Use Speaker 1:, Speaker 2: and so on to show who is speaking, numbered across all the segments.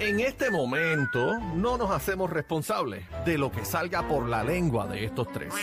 Speaker 1: En este momento no nos hacemos responsables de lo que salga por la lengua de estos tres.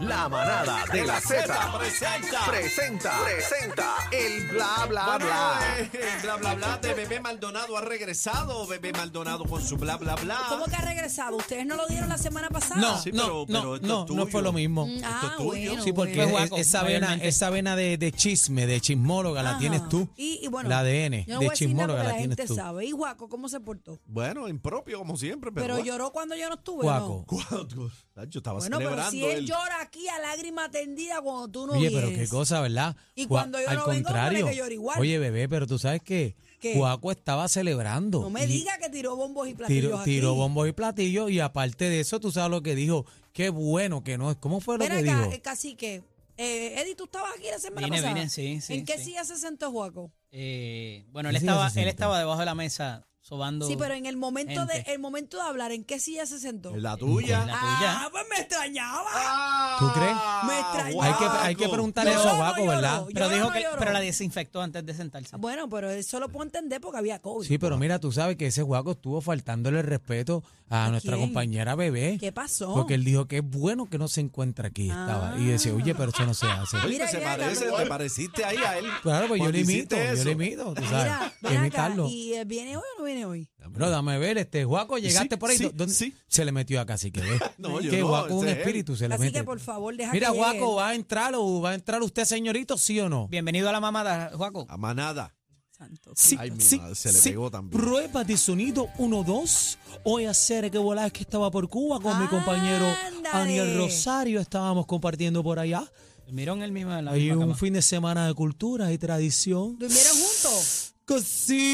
Speaker 1: La manada de la Z
Speaker 2: presenta.
Speaker 1: presenta, presenta el bla bla
Speaker 2: Bueno,
Speaker 1: bla.
Speaker 2: eh, el bla bla bla de Bebé Maldonado ha regresado. Bebé Maldonado con su bla bla bla.
Speaker 3: ¿Cómo que ha regresado? ¿Ustedes no lo dieron la semana pasada?
Speaker 4: No,
Speaker 2: Sí, pero-
Speaker 4: no,
Speaker 2: pero
Speaker 4: no,
Speaker 2: esto
Speaker 4: no,
Speaker 2: es
Speaker 4: no
Speaker 2: tuyo.
Speaker 4: fue lo mismo.
Speaker 3: Mm, Ah,
Speaker 2: Esto es tuyo.
Speaker 3: bueno,
Speaker 4: Sí, porque
Speaker 3: bueno.
Speaker 4: es-
Speaker 5: Guaco,
Speaker 4: esa vena,
Speaker 5: mayormente.
Speaker 4: esa vena de, de chisme, de chismóloga la
Speaker 3: Ajá.
Speaker 4: tienes tú.
Speaker 3: Y, y bueno,
Speaker 4: la ADN,
Speaker 3: yo no voy
Speaker 4: de
Speaker 3: a decir nada
Speaker 4: chismóloga
Speaker 3: porque
Speaker 4: la,
Speaker 3: la
Speaker 4: tienes
Speaker 3: gente
Speaker 4: tú.
Speaker 3: sabe. ¿Y Guaco cómo se portó?
Speaker 2: Bueno, impropio como siempre, pero.
Speaker 3: Pero,
Speaker 2: bueno.
Speaker 3: lloró cuando yo no estuve,
Speaker 4: Guaco.
Speaker 3: ¿no?
Speaker 2: Cuando- Ay, Yo estaba
Speaker 3: Bueno,
Speaker 2: celebrando.
Speaker 3: pero si él
Speaker 2: el-
Speaker 3: llora aquí a lágrima tendida cuando tú no
Speaker 4: Oye,
Speaker 3: vienes.
Speaker 4: pero qué cosa, ¿verdad?
Speaker 3: Y
Speaker 4: Gua-
Speaker 3: cuando yo
Speaker 4: Al
Speaker 3: no vengo,
Speaker 4: contrario.
Speaker 3: pone que llora igual.
Speaker 4: Oye, bebé, pero tú sabes que
Speaker 3: ¿Qué?
Speaker 4: Guaco estaba celebrando.
Speaker 3: No me
Speaker 4: y
Speaker 3: diga que tiró bombos y platillos
Speaker 4: Tiró,
Speaker 3: aquí.
Speaker 4: tiró bombos y platillos y aparte de eso, tú sabes lo que dijo. Qué bueno que no es. ¿Cómo fue lo
Speaker 3: Ven
Speaker 4: que
Speaker 3: acá,
Speaker 4: dijo?
Speaker 3: eh, cacique. Eh, Eddie, ¿tú estabas aquí la semana
Speaker 5: Vine,
Speaker 3: pasada?
Speaker 5: vine, sí, sí,
Speaker 3: ¿En qué
Speaker 5: sí.
Speaker 3: silla se sentó Guaco?
Speaker 5: Eh, bueno,
Speaker 4: ¿Qué
Speaker 5: él
Speaker 4: silla
Speaker 5: estaba,
Speaker 4: se
Speaker 5: él
Speaker 4: sienta?
Speaker 5: estaba debajo de la mesa sobando.
Speaker 3: Sí, pero en el momento, de,
Speaker 5: gente.
Speaker 3: el momento de hablar, ¿en qué silla se sentó?
Speaker 2: en La tuya.
Speaker 5: En la-
Speaker 3: Ah,
Speaker 5: tuya.
Speaker 3: pues me extrañaba.
Speaker 2: Ah,
Speaker 4: ¿Tú crees?
Speaker 3: Me extrañó.
Speaker 4: Hay que,
Speaker 3: Guaco.
Speaker 4: hay que preguntarle
Speaker 3: Yo
Speaker 4: eso a
Speaker 3: no
Speaker 4: Guaco,
Speaker 3: lloro.
Speaker 4: ¿verdad?
Speaker 3: Yo
Speaker 5: Pero
Speaker 3: no Ah,
Speaker 5: dijo que,
Speaker 3: lloro.
Speaker 5: pero la desinfectó antes de sentarse.
Speaker 3: Bueno, pero eso lo puedo entender porque había COVID.
Speaker 4: Sí, pero mira, tú sabes que ese Guaco estuvo faltándole el respeto a,
Speaker 3: ¿A
Speaker 4: nuestra
Speaker 3: quién?
Speaker 4: compañera bebé.
Speaker 3: ¿Qué pasó?
Speaker 4: Porque él dijo que es bueno que no se encuentra aquí. Estaba. Y
Speaker 3: Ah.
Speaker 4: decía, oye, pero eso no se hace.
Speaker 2: Oye,
Speaker 3: Mira,
Speaker 2: que pues, se
Speaker 3: mira,
Speaker 2: parece,
Speaker 3: Gabriel.
Speaker 2: te pareciste ahí a él.
Speaker 4: Claro, pues yo
Speaker 2: Cuando
Speaker 4: le imito,
Speaker 2: hiciste
Speaker 4: yo
Speaker 2: eso.
Speaker 4: le imito, tú sabes.
Speaker 3: Mira,
Speaker 4: Hay
Speaker 3: ven
Speaker 4: que
Speaker 3: acá,
Speaker 4: imitarlo.
Speaker 3: ¿y eh, viene hoy o no viene hoy?
Speaker 4: Pero dame ver, este Guaco, llegaste
Speaker 2: Sí,
Speaker 4: por ahí.
Speaker 2: sí,
Speaker 4: ¿Dónde?
Speaker 2: sí.
Speaker 4: Se le metió acá, así que ve.
Speaker 2: No, yo
Speaker 4: que
Speaker 2: no,
Speaker 4: Guaco es un
Speaker 2: ese es él.
Speaker 4: espíritu, se le
Speaker 3: Así
Speaker 4: mete.
Speaker 3: que por favor, deja
Speaker 4: Mira,
Speaker 3: que llegue
Speaker 4: Guaco,
Speaker 3: él.
Speaker 4: ¿va a entrar o va a entrar usted, señorito, sí o no?
Speaker 5: Bienvenido a la mamada, Juaco.
Speaker 2: A manada.
Speaker 3: Santo.
Speaker 4: Sí,
Speaker 2: Ay, mi
Speaker 4: sí,
Speaker 2: madre, se le
Speaker 4: sí.
Speaker 2: pegó también.
Speaker 4: Prueba de sonido 1-2. Hoy hacer que volás que estaba por Cuba con mi compañero
Speaker 3: Ándale.
Speaker 4: Daniel Rosario. Estábamos compartiendo por allá.
Speaker 5: Durmieron el mismo en la
Speaker 4: Hay
Speaker 5: misma
Speaker 4: un
Speaker 5: cama.
Speaker 4: fin de semana de cultura y tradición.
Speaker 3: ¿Durmieron juntos?
Speaker 4: Que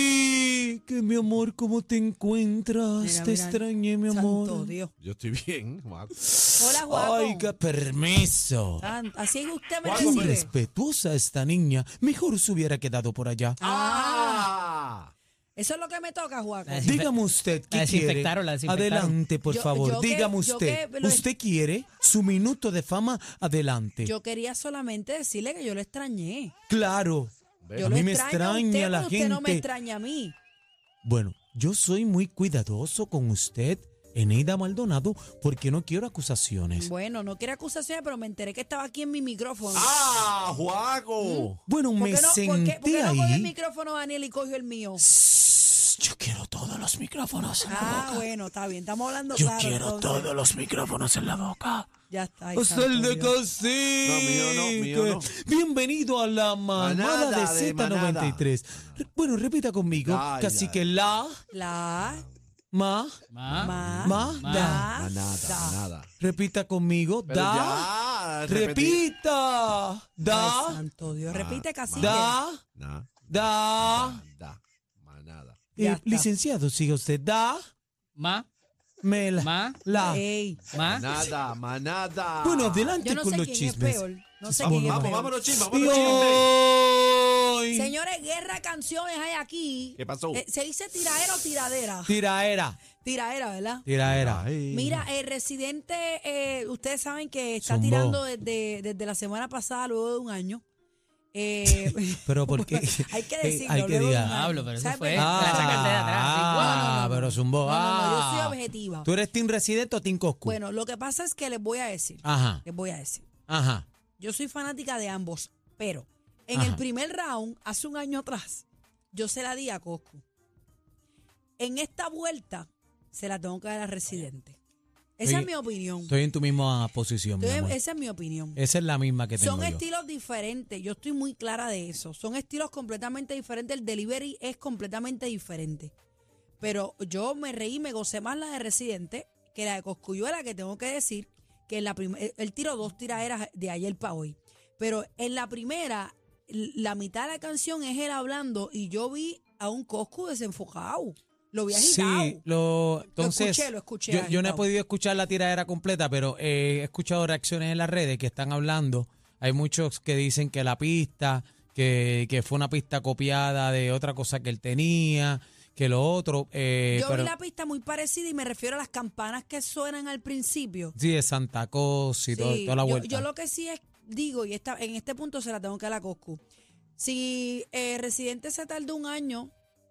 Speaker 4: sí, que mi amor, ¿cómo te encuentras?
Speaker 3: Mira,
Speaker 4: te
Speaker 3: mira,
Speaker 4: extrañé, mi amor.
Speaker 3: Santo Dios. Ah,
Speaker 2: Yo estoy bien, Guaco.
Speaker 3: Hola, Guaco.
Speaker 4: Ay, qué permiso.
Speaker 3: San- Así es que usted me
Speaker 2: Guaco,
Speaker 4: Qué
Speaker 2: pero-
Speaker 3: recibe.
Speaker 4: respetuosa esta niña. Mejor se hubiera quedado por allá.
Speaker 2: Ah.
Speaker 3: Eso es lo que me toca, Guaco.
Speaker 5: La desinfe-
Speaker 4: Dígame usted qué
Speaker 5: la
Speaker 4: quiere.
Speaker 5: desinfectaron, la desinfectaron.
Speaker 4: Adelante, por
Speaker 3: Yo-
Speaker 4: favor.
Speaker 3: yo que-
Speaker 4: Dígame
Speaker 3: yo
Speaker 4: usted.
Speaker 3: que lo-
Speaker 4: usted quiere su minuto de fama. Adelante.
Speaker 3: Yo quería solamente decirle que yo lo extrañé.
Speaker 4: claro.
Speaker 3: Yo
Speaker 4: a
Speaker 3: lo
Speaker 4: mí me
Speaker 3: extraño a
Speaker 4: extraña
Speaker 3: usted,
Speaker 4: la
Speaker 3: pero
Speaker 4: gente.
Speaker 3: usted no me extraña a mí.
Speaker 4: Bueno, yo soy muy cuidadoso con usted, Eneida Maldonado, porque no quiero acusaciones.
Speaker 3: Bueno, no quiero acusaciones, pero me enteré que estaba aquí en mi micrófono.
Speaker 2: Ah,
Speaker 3: Mm.
Speaker 2: Juaco.
Speaker 4: Bueno,
Speaker 3: ¿Por
Speaker 4: me
Speaker 3: qué no,
Speaker 4: senté
Speaker 3: por qué- por qué no cogió el
Speaker 4: ahí.
Speaker 3: micrófono, Daniel, y cogió el mío?
Speaker 4: Sss, Yo quiero todos los micrófonos en la
Speaker 3: Ah,
Speaker 4: boca.
Speaker 3: bueno, está bien, estamos hablando
Speaker 4: Yo
Speaker 3: claro.
Speaker 4: quiero
Speaker 3: entonces.
Speaker 4: todos los micrófonos en la boca.
Speaker 3: Ya está. ay,
Speaker 4: O sea, el
Speaker 3: santo
Speaker 4: de
Speaker 3: Dios.
Speaker 4: cacique.
Speaker 2: No, mío no, mío no.
Speaker 4: Bienvenido a la manada
Speaker 2: Manada
Speaker 4: de
Speaker 2: de
Speaker 4: Z93. Re- Bueno, repita conmigo.
Speaker 2: Ay,
Speaker 4: Casi
Speaker 2: ay.
Speaker 4: que la,
Speaker 3: La,
Speaker 4: ma,
Speaker 5: Ma-
Speaker 3: ma,
Speaker 4: Ah, ma, da.
Speaker 3: da,
Speaker 2: Manada,
Speaker 3: da.
Speaker 2: manada.
Speaker 4: Repita conmigo.
Speaker 2: Pero
Speaker 4: Da,
Speaker 2: ya, repetí.
Speaker 4: repita.
Speaker 3: Ay,
Speaker 4: Da,
Speaker 3: santo Dios. Repite, cacique.
Speaker 4: da,
Speaker 2: Na,
Speaker 3: Ah.
Speaker 4: da.
Speaker 2: da, manada.
Speaker 4: Eh,
Speaker 3: Ya está.
Speaker 4: licenciado, siga usted. Da,
Speaker 5: Ma,
Speaker 4: me, la.
Speaker 5: ma,
Speaker 4: la.
Speaker 3: Ey,
Speaker 5: ma.
Speaker 2: Manada, manada.
Speaker 4: Bueno, adelante
Speaker 3: Eh, yo no
Speaker 4: con
Speaker 3: sé
Speaker 4: los
Speaker 3: quién
Speaker 4: chismes.
Speaker 3: es peor. No sé
Speaker 4: Vamos,
Speaker 3: quién
Speaker 2: Vamos,
Speaker 3: es peor.
Speaker 2: vámonos, chismes,
Speaker 4: Y
Speaker 2: vámonos, chismes.
Speaker 4: hoy,
Speaker 3: Señores, guerra canciones hay aquí.
Speaker 2: ¿Qué pasó?
Speaker 3: Eh, ¿Se dice tiraera o tiradera?
Speaker 4: tiraera,
Speaker 3: Tiraera, ¿verdad?
Speaker 4: tiraera.
Speaker 3: Mira, el residente, eh, ustedes saben que está
Speaker 4: Zumbó.
Speaker 3: tirando desde, desde la semana pasada, luego de un año. Eh,
Speaker 4: Pero porque
Speaker 3: hay que
Speaker 4: eh,
Speaker 3: decirlo.
Speaker 4: hay que
Speaker 3: luego de un
Speaker 4: diablo,
Speaker 3: año.
Speaker 5: pero eso
Speaker 3: ¿Sabes
Speaker 5: fue-
Speaker 3: por qué?
Speaker 5: Ah, la sacaste de atrás, sí.
Speaker 4: Ah,
Speaker 3: No, no, no, no.
Speaker 4: pero zumbó.
Speaker 3: No, no, no, yo soy
Speaker 4: ah.
Speaker 3: objetiva.
Speaker 4: ¿Tú eres Team Residente o Team Coscu?
Speaker 3: Bueno, lo que pasa es que les voy a decir,
Speaker 4: Ajá,
Speaker 3: les voy a decir.
Speaker 4: ajá.
Speaker 3: Yo soy fanática de ambos, pero en
Speaker 4: Ajá.
Speaker 3: el primer round, hace un año atrás, yo se la di a Coscu. En esta vuelta, se la tengo que dar a Residente. Esa es
Speaker 4: Estoy-
Speaker 3: mi opinión.
Speaker 4: Estoy en tu misma posición, mi
Speaker 3: Entonces,
Speaker 4: amor.
Speaker 3: esa es mi opinión.
Speaker 4: Esa es la misma que tengo
Speaker 3: Son
Speaker 4: yo.
Speaker 3: estilos diferentes, yo estoy muy clara de eso. Son estilos completamente diferentes, el delivery es completamente diferente. Pero yo me reí, me gocé más la de Residente que la de Coscuyuela, que tengo que decir que en la primera, él tiró dos tiraderas de ayer para hoy. Pero en la primera, l- la mitad de la canción es él hablando y yo vi a un Coscu desenfocado. Lo vi agitado.
Speaker 4: Sí, lo, entonces,
Speaker 3: escuché, lo escuché
Speaker 4: yo- Yo, no he
Speaker 3: agitado.
Speaker 4: podido escuchar la tiradera completa, pero eh, he escuchado reacciones en las redes que están hablando. Hay muchos que dicen que la pista, que, que fue una pista copiada de otra cosa que él tenía, que lo otro. eh,
Speaker 3: yo
Speaker 4: pero,
Speaker 3: vi la pista muy parecida y me refiero a las campanas que suenan al principio.
Speaker 4: Sí, de Santa Cosa y todo-
Speaker 3: Sí,
Speaker 4: toda la
Speaker 3: yo-
Speaker 4: vuelta.
Speaker 3: Yo, lo que sí es, digo, y esta, en este punto se la tengo que dar a Coscu. Si eh, Residente se tardó un año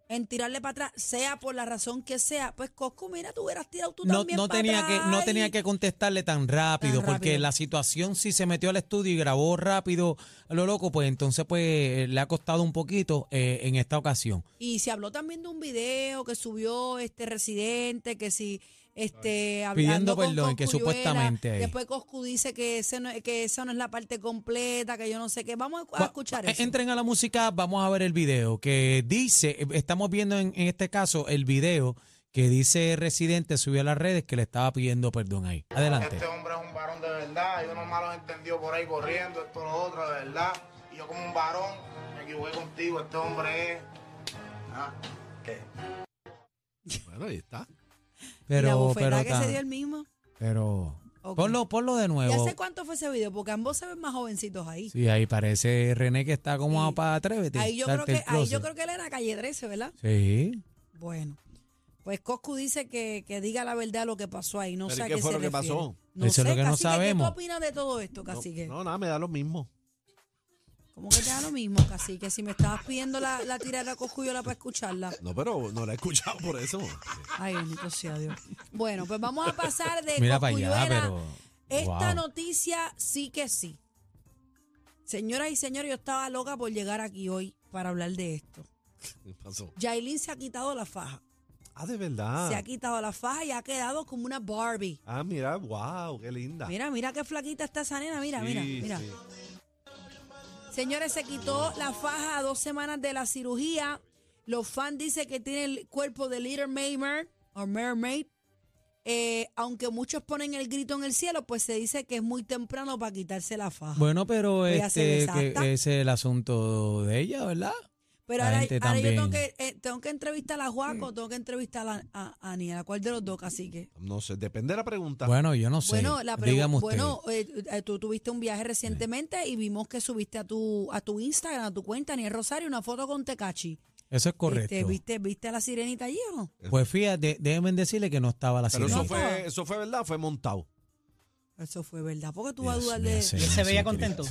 Speaker 3: en tirarle para atrás, sea por la razón que sea, pues Coscu, mira, tú hubieras tirado tú
Speaker 4: No,
Speaker 3: también
Speaker 4: no
Speaker 3: para
Speaker 4: tenía que,
Speaker 3: atrás
Speaker 4: no
Speaker 3: y-
Speaker 4: tenía que contestarle tan rápido,
Speaker 3: Tan
Speaker 4: porque
Speaker 3: rápido.
Speaker 4: la situación si se metió al estudio y grabó rápido a lo loco, pues entonces pues le ha costado un poquito eh, en esta ocasión.
Speaker 3: Y se habló también de un video que subió este residente, que si este
Speaker 4: Pidiendo
Speaker 3: hablando con
Speaker 4: perdón, que
Speaker 3: Cosculluela,
Speaker 4: supuestamente ahí.
Speaker 3: después Coscu dice que ese no, que esa no es la parte completa, que yo no sé qué. Vamos a, a
Speaker 4: Va- eh,
Speaker 3: escuchar
Speaker 4: va-
Speaker 3: eso.
Speaker 4: Entren a la música, vamos a ver el video que dice, eh, estamos viendo en, en este caso el video que dice Residente subió a las redes que le estaba pidiendo perdón ahí. Adelante.
Speaker 6: Este hombre es un varón de verdad, hay unos malos entendidos por ahí corriendo, esto lo otro, de verdad. Y yo como un varón, me equivoqué contigo, este hombre es... Ah, ¿qué?
Speaker 2: Bueno, ahí está.
Speaker 3: Y la
Speaker 4: Pero,
Speaker 3: bofetada
Speaker 4: pero,
Speaker 3: que
Speaker 4: tan-
Speaker 3: se dio el mismo.
Speaker 4: pero,
Speaker 3: Ok.
Speaker 4: ponlo, ponlo de
Speaker 3: ¿Ya
Speaker 4: nuevo.
Speaker 3: sé cuánto fue ese video? Porque ambos se ven más jovencitos ahí.
Speaker 4: Sí, ahí parece René que está como
Speaker 3: Sí.
Speaker 4: para atrévete.
Speaker 3: ahí, yo creo
Speaker 4: salte
Speaker 3: que,
Speaker 4: del
Speaker 3: ahí yo
Speaker 4: closet.
Speaker 3: creo que él era calle 13, ¿verdad?
Speaker 4: Sí.
Speaker 3: Bueno. Pues Coscu dice que, que diga la verdad lo que pasó ahí. No
Speaker 2: ¿Pero
Speaker 3: sé
Speaker 2: y
Speaker 3: a
Speaker 2: qué
Speaker 3: qué
Speaker 2: fue
Speaker 3: se
Speaker 2: lo que
Speaker 3: refiere.
Speaker 2: pasó?
Speaker 3: No
Speaker 4: Eso es
Speaker 3: sé,
Speaker 4: lo que no
Speaker 3: cacique,
Speaker 4: sabemos.
Speaker 3: ¿Qué tú opinas de todo esto,
Speaker 2: No,
Speaker 3: Cacique?
Speaker 2: No, nada, me da lo mismo.
Speaker 3: Como que te da lo mismo, casi que si me estabas pidiendo la, la tirada coscuyola para escucharla.
Speaker 2: No, pero no la he escuchado por eso.
Speaker 3: Ay, bendito sea Dios. Bueno, pues vamos a pasar de
Speaker 4: Mira para allá,
Speaker 3: coscuyuela.
Speaker 4: pero.
Speaker 3: Esta
Speaker 4: wow.
Speaker 3: noticia sí que sí. Señoras y señores, yo estaba loca por llegar aquí hoy para hablar de esto.
Speaker 2: ¿Qué pasó?
Speaker 3: Yailin se ha quitado la faja.
Speaker 2: Ah, de
Speaker 3: Se ha
Speaker 2: verdad.
Speaker 3: quitado la faja y ha quedado como una Barbie.
Speaker 2: Ah, mira, wow, qué
Speaker 4: Ah.
Speaker 2: linda.
Speaker 3: Mira, mira qué flaquita está esa nena. Mira,
Speaker 2: Sí,
Speaker 3: mira, mira.
Speaker 2: sí.
Speaker 3: Señores, se quitó la faja a dos semanas de la cirugía. Los fans dicen que tiene el cuerpo de Little Maymer o Mermaid. Eh, aunque muchos ponen el grito en el cielo, pues se dice que es muy temprano para quitarse la faja.
Speaker 4: Bueno, pero
Speaker 3: Ella se
Speaker 4: este, que
Speaker 3: desata.
Speaker 4: ese es el asunto de ella, ¿verdad?
Speaker 3: Pero
Speaker 4: la
Speaker 3: ahora,
Speaker 4: gente
Speaker 3: ahora yo tengo
Speaker 4: también.
Speaker 3: que, eh, tengo que entrevistar a Juaco, tengo que entrevistar a, a, a Aniela. ¿Cuál de los dos, cacique?
Speaker 2: No sé, depende de la pregunta.
Speaker 4: Bueno, yo no sé.
Speaker 3: Bueno, la pregu-
Speaker 4: Dígame usted.
Speaker 3: bueno eh, eh, tú tuviste un viaje recientemente y vimos que subiste a tu, a tu Instagram, a tu cuenta, Aniel Rosario, una foto con Tecachi.
Speaker 4: Eso es correcto.
Speaker 3: Este, ¿viste, ¿Viste a la sirenita allí o no?
Speaker 4: Pues fíjate, déjenme decirle que no estaba la
Speaker 2: pero
Speaker 4: sirenita.
Speaker 2: eso
Speaker 3: no.
Speaker 2: fue, eso fue verdad, fue montado.
Speaker 3: Eso fue verdad, porque tú vas a
Speaker 4: Dios
Speaker 3: dudar
Speaker 4: mío,
Speaker 3: de...
Speaker 4: señor,
Speaker 5: Él se veía
Speaker 4: sí,
Speaker 5: contento.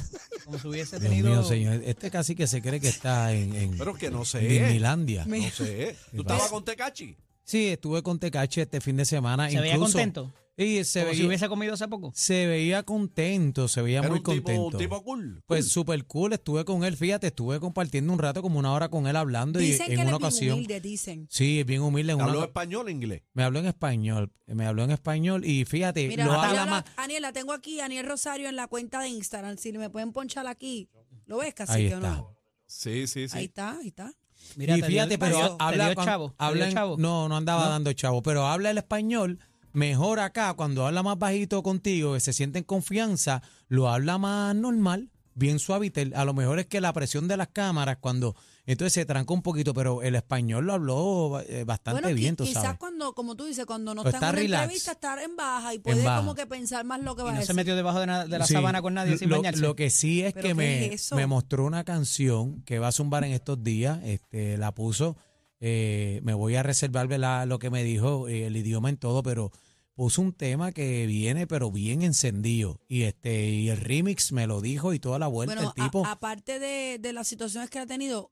Speaker 5: Como si hubiese
Speaker 4: Dios
Speaker 5: tenido.
Speaker 4: mío, señor. Este casi que se cree que está en, en
Speaker 2: Pero que no sé.
Speaker 4: Disneylandia.
Speaker 3: Me-
Speaker 2: No sé. ¿Tú
Speaker 4: pasa?
Speaker 2: estabas con Tecachi?
Speaker 4: Sí, estuve con Tecachi este fin de semana.
Speaker 5: Se veía
Speaker 4: incluso-
Speaker 5: contento.
Speaker 4: Y se
Speaker 5: Como si
Speaker 4: veía,
Speaker 5: hubiese comido hace poco.
Speaker 4: se veía contento, se veía
Speaker 2: Era
Speaker 4: muy
Speaker 2: un tipo,
Speaker 4: contento.
Speaker 2: un tipo cool.
Speaker 4: Pues súper cool, estuve con él, fíjate, estuve compartiendo un rato, como una hora con él hablando
Speaker 3: Dicen
Speaker 4: y
Speaker 3: que
Speaker 4: en
Speaker 3: él
Speaker 4: una
Speaker 3: es bien
Speaker 4: ocasión.
Speaker 3: humilde, dicen.
Speaker 4: Sí, es bien humilde. En
Speaker 2: Cool.
Speaker 4: una,
Speaker 2: Habló español e inglés.
Speaker 4: me habló en español, me habló en español y fíjate,
Speaker 3: Mira,
Speaker 4: lo
Speaker 3: mira
Speaker 4: habla
Speaker 3: la-
Speaker 4: más.
Speaker 3: Aniel, la tengo aquí, Aniel Rosario en la cuenta de Instagram. Si me pueden ponchar aquí, ¿lo ves,
Speaker 4: Ahí
Speaker 3: cacique o
Speaker 4: está.
Speaker 3: no?
Speaker 2: Sí, sí, sí.
Speaker 3: Ahí está, ahí está.
Speaker 5: Mira,
Speaker 4: y
Speaker 5: te dio-
Speaker 4: fíjate, pero
Speaker 5: te dio- te
Speaker 4: habla
Speaker 5: dio
Speaker 4: cuan-
Speaker 5: chavo. te dio
Speaker 4: habla en-
Speaker 5: chavo.
Speaker 4: no, no andaba dando chavo, pero habla el español mejor acá cuando habla más bajito contigo, que se siente en confianza, lo habla más normal, bien suavitel. A lo mejor es que la presión de las cámaras cuando entonces se tranca un poquito, pero el español lo habló eh, bastante
Speaker 3: bueno, qui-
Speaker 4: bien, tú
Speaker 3: quizás
Speaker 4: sabes.
Speaker 3: cuando, como tú dices, cuando no
Speaker 4: Pero
Speaker 3: está, en
Speaker 4: está
Speaker 3: una
Speaker 4: relax.
Speaker 3: entrevista, estar en baja y puede
Speaker 4: baja.
Speaker 3: como que pensar más lo que va
Speaker 5: Y
Speaker 3: a
Speaker 5: no se
Speaker 3: decir.
Speaker 5: metió debajo de, na- de la
Speaker 4: Sí,
Speaker 5: sabana con nadie sin
Speaker 4: lo,
Speaker 5: bañarse.
Speaker 4: lo que sí es
Speaker 3: ¿Pero
Speaker 4: que
Speaker 3: qué
Speaker 4: me,
Speaker 3: es eso?
Speaker 4: me mostró una canción que va a zumbar en estos días. Este, la puso. eh, me voy a reservar ¿verdad? lo que me dijo, eh, el idioma en todo, pero puso un tema que viene, pero bien encendido. Y este, y el remix me lo dijo y toda la vuelta.
Speaker 3: Bueno,
Speaker 4: el tipo,
Speaker 3: a- aparte de, de las situaciones que ha tenido,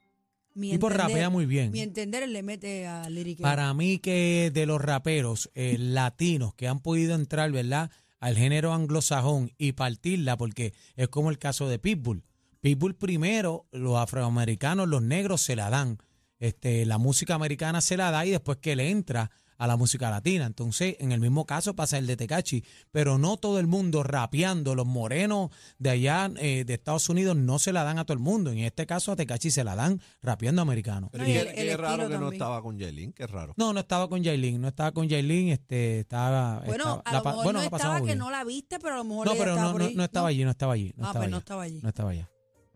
Speaker 3: mi
Speaker 4: tipo rapea muy bien.
Speaker 3: Mi entender, él le mete a lírica.
Speaker 4: Para mí que de los raperos eh, latinos que han podido entrar, ¿verdad? Al género anglosajón y partirla, porque es como el caso de Pitbull. Pitbull primero, los afroamericanos, los negros se la dan. Este, la música americana se la da y después que le entra a la música latina. Entonces, en el mismo caso pasa el de Tecachi, pero no todo el mundo rapeando. Los morenos de allá, eh, de Estados Unidos, no se la dan a todo el mundo. En este caso, a Tecachi se la dan rapeando americano.
Speaker 2: Pero
Speaker 3: No, y
Speaker 2: qué,
Speaker 3: el-
Speaker 2: qué
Speaker 3: el
Speaker 2: raro que
Speaker 3: estilo
Speaker 2: no
Speaker 3: también.
Speaker 2: estaba con Yelin, qué raro.
Speaker 4: No, no estaba con Yailin, no estaba con Yailin, este, estaba...
Speaker 3: bueno,
Speaker 4: estaba-
Speaker 3: a
Speaker 4: la
Speaker 3: lo
Speaker 4: pa-
Speaker 3: mejor
Speaker 4: bueno,
Speaker 3: no
Speaker 4: la
Speaker 3: estaba
Speaker 4: pasamos
Speaker 3: que
Speaker 4: bien.
Speaker 3: no la viste, pero a lo mejor
Speaker 4: No,
Speaker 3: ella
Speaker 4: pero
Speaker 3: estaba
Speaker 4: no,
Speaker 3: por
Speaker 4: no,
Speaker 3: ahí.
Speaker 4: no estaba allí, no estaba allí. No
Speaker 3: Ah,
Speaker 4: estaba
Speaker 3: pues no
Speaker 4: allá,
Speaker 3: estaba allí.
Speaker 4: no estaba allá.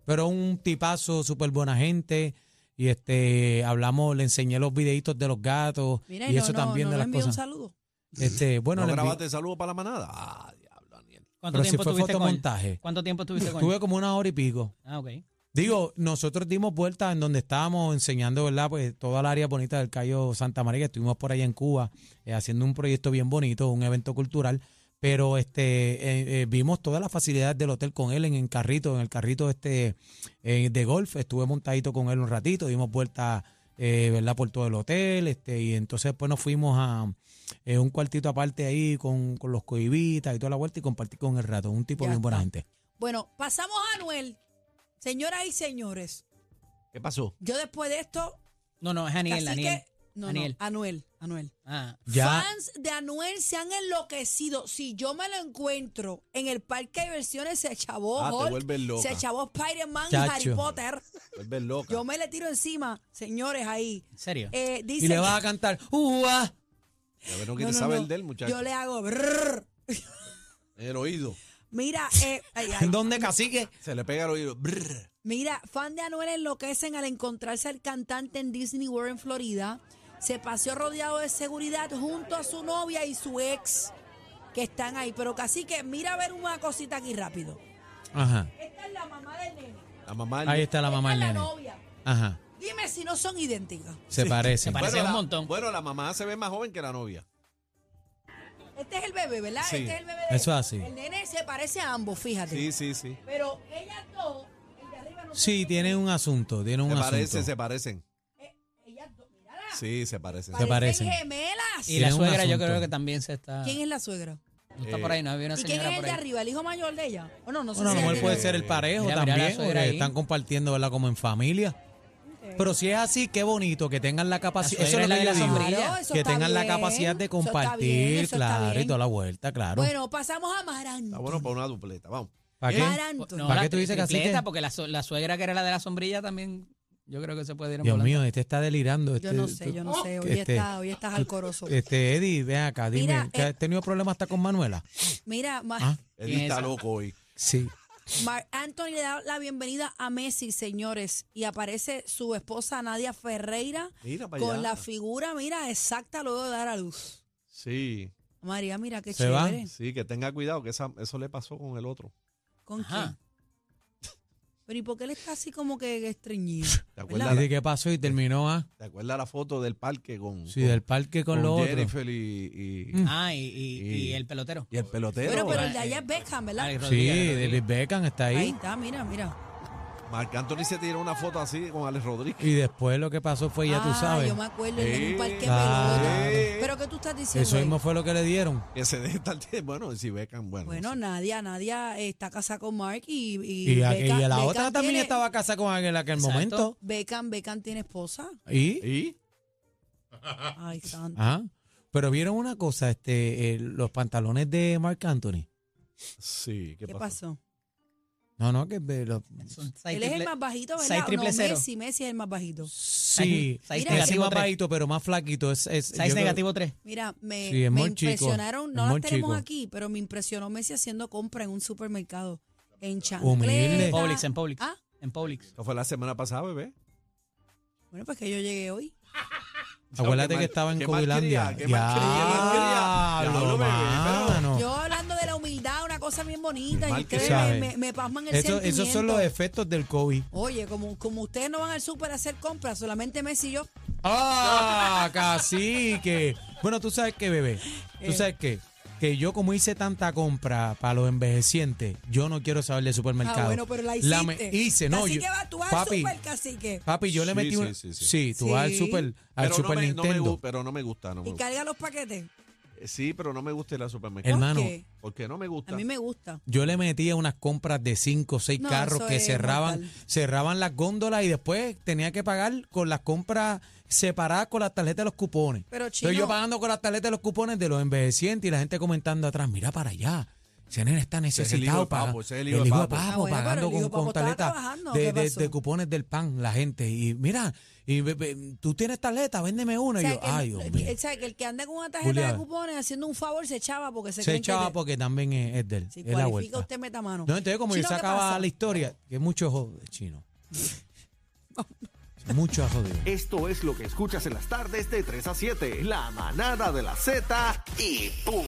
Speaker 4: Pero un tipazo, súper buena gente, y este, hablamos, le enseñé los videitos de los gatos,
Speaker 3: Mira,
Speaker 4: y
Speaker 3: no,
Speaker 4: eso
Speaker 3: no,
Speaker 4: también
Speaker 3: no
Speaker 4: de
Speaker 3: nos
Speaker 4: las
Speaker 3: envió
Speaker 4: cosas.
Speaker 3: un saludo.
Speaker 4: Este, bueno,
Speaker 2: ¿No
Speaker 4: le envié-
Speaker 2: grabaste saludo para la manada? Ah, diablo, Daniel.
Speaker 5: ¿Cuánto
Speaker 4: pero si
Speaker 5: tiempo
Speaker 4: fue
Speaker 5: estuviste con él?
Speaker 4: fotomontaje.
Speaker 5: ¿Cuánto tiempo estuviste con él?
Speaker 4: Tuve como una hora y pico.
Speaker 5: Ah, ok.
Speaker 4: Digo, nosotros dimos vueltas en donde estábamos enseñando, ¿verdad? Pues toda el área bonita del Cayo Santa María, que estuvimos por allá en Cuba, eh, haciendo un proyecto bien bonito, un evento cultural. Pero este eh, eh, vimos todas las facilidades del hotel con él en el carrito, en el carrito este eh, de golf. Estuve montadito con él un ratito, dimos vueltas eh, ¿verdad? Por todo el hotel, este, y entonces después nos fuimos a eh, un cuartito aparte ahí con, con los coibitas y toda la vuelta y compartí con el rato, un tipo
Speaker 3: Ya
Speaker 4: bien buena
Speaker 3: está.
Speaker 4: gente.
Speaker 3: Bueno, pasamos a Anuel. Señoras y señores,
Speaker 2: ¿Qué pasó?
Speaker 3: yo después de esto,
Speaker 5: No, no, es Aniel,
Speaker 3: casi
Speaker 5: Aniel.
Speaker 3: que. No,
Speaker 5: Aniel.
Speaker 3: no, Anuel, Anuel.
Speaker 5: Ah.
Speaker 4: Ya,
Speaker 3: Fans de Anuel se han enloquecido. Si yo me lo encuentro en el parque de diversiones, se chavó
Speaker 2: Ah, te
Speaker 3: Hulk,
Speaker 2: vuelves loca.
Speaker 3: se chavó Spider-Man y
Speaker 4: Chacho.
Speaker 3: Harry Potter.
Speaker 2: Vuelves loca.
Speaker 3: Yo me le tiro encima, señores, ahí.
Speaker 5: ¿En serio?
Speaker 3: Eh, dice
Speaker 4: y le vas a cantar, ¡Ua!
Speaker 2: A ver, no
Speaker 3: No,
Speaker 2: quieres
Speaker 3: no,
Speaker 2: saber
Speaker 3: no.
Speaker 2: de él, muchacho.
Speaker 3: Yo le hago. brrr.
Speaker 2: En el oído.
Speaker 3: Mira, eh, ay, ay.
Speaker 4: ¿En dónde cacique?
Speaker 2: Se le pega el oído. Brr.
Speaker 3: Mira, fan de Anuel enloquecen al encontrarse al cantante en Disney World en Florida. Se paseó rodeado de seguridad junto a su novia y su ex que están ahí. Pero casi que mira a ver una cosita aquí rápido.
Speaker 4: Ajá,
Speaker 3: Esta es la mamá del nene.
Speaker 2: La mamá.
Speaker 4: ahí está la mamá del
Speaker 3: Esta es la
Speaker 4: nene.
Speaker 3: novia.
Speaker 4: Ajá,
Speaker 3: Dime si no son idénticas.
Speaker 4: se parece.
Speaker 5: Se parece
Speaker 2: la-
Speaker 5: un montón.
Speaker 2: Bueno, la mamá se ve más joven que la novia.
Speaker 3: Este es el bebé, ¿verdad?
Speaker 2: Sí.
Speaker 3: Este es el bebé. de-
Speaker 4: Eso es así.
Speaker 3: El nene se parece a ambos, fíjate.
Speaker 2: Sí, sí, sí.
Speaker 3: Pero ellas dos, el de arriba no se
Speaker 4: Sí,
Speaker 3: ve.
Speaker 4: tiene un asunto, tiene un
Speaker 2: Se
Speaker 4: asunto.
Speaker 2: parecen, se parecen.
Speaker 3: Eh, ellas dos, mírala.
Speaker 2: Sí, se parecen.
Speaker 4: Se parecen.
Speaker 3: gemelas.
Speaker 5: Y la
Speaker 4: Tiene un
Speaker 5: suegra yo
Speaker 4: asunto.
Speaker 5: creo que también se está...
Speaker 3: ¿Quién es la suegra?
Speaker 5: No está
Speaker 2: Eh,
Speaker 5: por ahí, no había una
Speaker 3: ¿Y quién
Speaker 5: señora
Speaker 3: es el
Speaker 5: por
Speaker 3: de
Speaker 5: ahí.
Speaker 3: arriba? ¿El hijo mayor de ella? ¿O no? No sé
Speaker 4: Bueno,
Speaker 3: si
Speaker 4: a lo
Speaker 3: es el
Speaker 4: mejor
Speaker 3: de-
Speaker 4: puede ser el parejo
Speaker 5: Mira, mira la
Speaker 4: también,
Speaker 5: suegra
Speaker 4: porque
Speaker 5: ahí.
Speaker 4: están compartiendo, ¿verdad? Como en familia. Pero si es así, qué bonito que tengan la capacidad.
Speaker 5: La
Speaker 4: Eso es lo
Speaker 5: suegra
Speaker 4: que
Speaker 5: es la
Speaker 4: yo
Speaker 5: de la
Speaker 4: digo.
Speaker 5: sombrilla.
Speaker 3: Claro, eso
Speaker 4: que
Speaker 3: está
Speaker 4: tengan la
Speaker 3: bien,
Speaker 4: capacidad de
Speaker 3: eso está bien,
Speaker 4: compartir,
Speaker 3: eso está
Speaker 4: claro, y
Speaker 3: bien.
Speaker 4: toda la vuelta, claro.
Speaker 3: Bueno, pasamos a Maranto.
Speaker 2: Está bueno para una dupleta. Vamos.
Speaker 4: ¿Para qué?
Speaker 3: Maranto.
Speaker 5: No,
Speaker 4: ¿Para
Speaker 5: la
Speaker 4: qué tú dices que así
Speaker 5: tripleta,
Speaker 4: que-
Speaker 5: Porque la, so- la suegra que era la de la sombrilla también, yo creo que se puede ir en
Speaker 4: Dios
Speaker 5: volante.
Speaker 4: mío, este está delirando. Este,
Speaker 3: yo no sé, yo no sé. Hoy,
Speaker 4: este-
Speaker 3: está, hoy estás alcoroso.
Speaker 4: Este, Eddie, ven acá, dime.
Speaker 3: Mira,
Speaker 4: ¿te
Speaker 3: eh,
Speaker 4: ¿Has tenido problemas hasta con Manuela?
Speaker 3: Mira, Ma-
Speaker 4: Ah.
Speaker 2: Eddie está
Speaker 5: Esa.
Speaker 2: loco hoy.
Speaker 4: Sí.
Speaker 3: Marc Anthony le da la bienvenida a Messi, señores. Y aparece su esposa Nadia Ferreira
Speaker 2: Mira para
Speaker 3: con
Speaker 2: allá.
Speaker 3: la figura, mira, exacta luego de dar a luz.
Speaker 2: Sí,
Speaker 3: María, mira qué
Speaker 4: Se va.
Speaker 3: chévere.
Speaker 2: sí, que tenga cuidado, que esa- eso le pasó con el otro.
Speaker 3: ¿Con
Speaker 5: Ajá.
Speaker 3: quién? Pero ¿y por qué él está así como que estreñido?
Speaker 2: ¿Te
Speaker 3: ¿Verdad?
Speaker 2: acuerdas,
Speaker 4: Eddie, ¿qué pasó? Y terminó, ¿ah?
Speaker 2: ¿Te acuerdas la foto del parque con,
Speaker 4: Sí,
Speaker 2: con-
Speaker 4: del parque con,
Speaker 2: con
Speaker 4: los otros.
Speaker 2: Jennifer y, y-
Speaker 4: Mm.
Speaker 5: Ah, y, y-
Speaker 2: Y-
Speaker 5: y el pelotero.
Speaker 2: y el pelotero?
Speaker 3: Bueno, pero
Speaker 5: va,
Speaker 3: el de allá
Speaker 5: eh,
Speaker 3: es Beckham, ¿verdad?
Speaker 5: Ay,
Speaker 4: Sí,
Speaker 5: Rodríguez, Rodríguez.
Speaker 4: David Beckham está
Speaker 3: Ahí
Speaker 4: ahí.
Speaker 3: está, mira, mira.
Speaker 2: Marc Anthony se tiró una foto así con Alex Rodríguez.
Speaker 4: Y después lo que pasó fue, Pues ya tú
Speaker 3: Ah,
Speaker 4: sabes.
Speaker 3: Yo me acuerdo, él en un
Speaker 2: Sí.
Speaker 3: parque
Speaker 4: Claro.
Speaker 3: pelota. Pero ¿qué tú estás diciendo?
Speaker 4: Eso
Speaker 3: ahí?
Speaker 4: mismo fue lo que le dieron.
Speaker 2: Que se deje estar- Bueno, si becan, bueno.
Speaker 3: Bueno,
Speaker 2: no sé.
Speaker 3: Nadia, Nadia eh, está casada con Mark y. Y,
Speaker 4: Y, aquella-
Speaker 3: Beckham-
Speaker 4: la
Speaker 3: Beckham
Speaker 4: otra también
Speaker 3: tiene-
Speaker 4: estaba casada con alguien en aquel
Speaker 5: Exacto.
Speaker 4: momento.
Speaker 3: Beckham, Beckham tiene esposa.
Speaker 4: ¿Y?
Speaker 2: ¿Y?
Speaker 3: Ay, santo.
Speaker 4: Ajá. Pero vieron una cosa, este, eh, los pantalones de Mark Anthony.
Speaker 2: Sí, ¿qué,
Speaker 3: ¿Qué
Speaker 2: pasó?
Speaker 3: pasó?
Speaker 4: No, no, que de los-
Speaker 5: Son seis
Speaker 3: Él es el
Speaker 5: triple-
Speaker 3: más bajito, ¿verdad?
Speaker 5: seis triple
Speaker 3: no,
Speaker 5: cero.
Speaker 3: Messi, Messi es el más bajito.
Speaker 4: sí,
Speaker 5: Seis
Speaker 4: es
Speaker 5: negativo
Speaker 4: más
Speaker 5: tres.
Speaker 4: bajito, pero más flaquito. Es, es- yo
Speaker 5: 6
Speaker 4: creo-
Speaker 5: negativo 3.
Speaker 3: Mira, me,
Speaker 4: Sí, es
Speaker 3: me
Speaker 4: muy chico,
Speaker 3: impresionaron, no
Speaker 4: es
Speaker 3: las
Speaker 4: muy
Speaker 3: tenemos
Speaker 4: chico.
Speaker 3: aquí, pero me impresionó Messi haciendo compra en un supermercado. En
Speaker 4: Humilde.
Speaker 3: chancleta.
Speaker 5: En Publix, en Publix.
Speaker 3: Ah,
Speaker 5: En Publix.
Speaker 2: ¿Qué fue la semana pasada, bebé?
Speaker 3: bueno, pues que yo llegué hoy.
Speaker 4: Acuérdate
Speaker 2: Qué
Speaker 4: que
Speaker 2: mal-
Speaker 4: estaba en
Speaker 2: qué malcriada,
Speaker 4: Covilandia.
Speaker 2: qué malcriada, qué malcriada.
Speaker 4: Diablo,
Speaker 2: Diablo, bebé, pero-
Speaker 4: mano.
Speaker 3: Yo hablando de la humildad, una cosa bien bonita, y
Speaker 2: Mal que
Speaker 3: ustedes
Speaker 4: sabe.
Speaker 3: me, me- me pasman el
Speaker 4: Eso-
Speaker 3: sentimiento.
Speaker 4: esos son los efectos del COVID.
Speaker 3: Oye, como, como ustedes no van al súper a hacer compras, solamente Messi y yo.
Speaker 4: ¡Ah, cacique! Bueno, tú sabes qué, bebé.
Speaker 3: Eh.
Speaker 4: Tú sabes qué. Que yo, como hice tanta compra para los envejecientes, yo no quiero saber de supermercado.
Speaker 3: Ah, bueno, pero la
Speaker 4: La me-
Speaker 3: hiciste.
Speaker 4: hice, no.
Speaker 3: Cacique
Speaker 4: yo-
Speaker 3: va, tú vas al
Speaker 4: papi,
Speaker 3: súper, cacique.
Speaker 4: papi, yo le
Speaker 2: Sí,
Speaker 4: metí
Speaker 2: sí,
Speaker 4: una-
Speaker 2: sí, sí.
Speaker 4: tú vas al
Speaker 3: Sí.
Speaker 4: super, al
Speaker 2: Pero
Speaker 4: super
Speaker 2: no me, no me
Speaker 4: Nintendo.
Speaker 2: gu- pero no me gusta, no me
Speaker 3: Y
Speaker 2: gusta.
Speaker 3: carga los paquetes.
Speaker 2: Eh, Sí, pero no me gusta ir al supermercado.
Speaker 4: Hermano,
Speaker 3: qué?
Speaker 2: Porque no me
Speaker 3: A
Speaker 2: gusta.
Speaker 3: mí me gusta.
Speaker 4: yo le metía unas compras de cinco o seis
Speaker 3: No,
Speaker 4: carros
Speaker 3: eso
Speaker 4: que
Speaker 3: es
Speaker 4: cerraban,
Speaker 3: mortal.
Speaker 4: cerraban las góndolas y después tenía que pagar con las compras separadas con las tarjetas de los cupones.
Speaker 3: Pero, Chino-
Speaker 4: Estoy yo pagando con las tarjetas de los cupones de los envejecientes y la gente comentando atrás, mira para allá. Ese nene está
Speaker 2: es el hijo
Speaker 4: necesitado
Speaker 2: de
Speaker 4: para
Speaker 2: Papo, ese es el hijo de Papo.
Speaker 3: Ah, bueno, pero
Speaker 4: pagando
Speaker 3: el hijo
Speaker 4: con,
Speaker 3: de Papo
Speaker 4: con
Speaker 3: estaba
Speaker 4: tarjetas
Speaker 3: trabajando, ¿o
Speaker 4: de,
Speaker 3: qué
Speaker 4: de-
Speaker 3: pasó?
Speaker 4: de cupones del pan, la gente. Y mira, y, ve- ve, tú tienes tarjeta, véndeme una.
Speaker 3: O sea,
Speaker 4: y yo,
Speaker 3: que,
Speaker 4: ay,
Speaker 3: el,
Speaker 4: Dios
Speaker 3: que-
Speaker 4: mío.
Speaker 3: o sea, que el que anda con una tarjeta
Speaker 4: Julia.
Speaker 3: de cupones haciendo un favor se echaba porque se,
Speaker 4: Se
Speaker 3: creen que
Speaker 4: echaba
Speaker 3: te-
Speaker 4: porque también es, es del.
Speaker 3: Si
Speaker 4: es la
Speaker 3: cualifica
Speaker 4: vuelta.
Speaker 3: usted meta mano.
Speaker 4: No, entonces como yo
Speaker 3: Chino, ¿qué
Speaker 4: sacaba
Speaker 3: pasa?
Speaker 4: la historia, que mucho jode, chino. mucho ha jodido.
Speaker 1: Esto es lo que escuchas en las tardes de 3 a 7. La manada de la Z y ¡pum!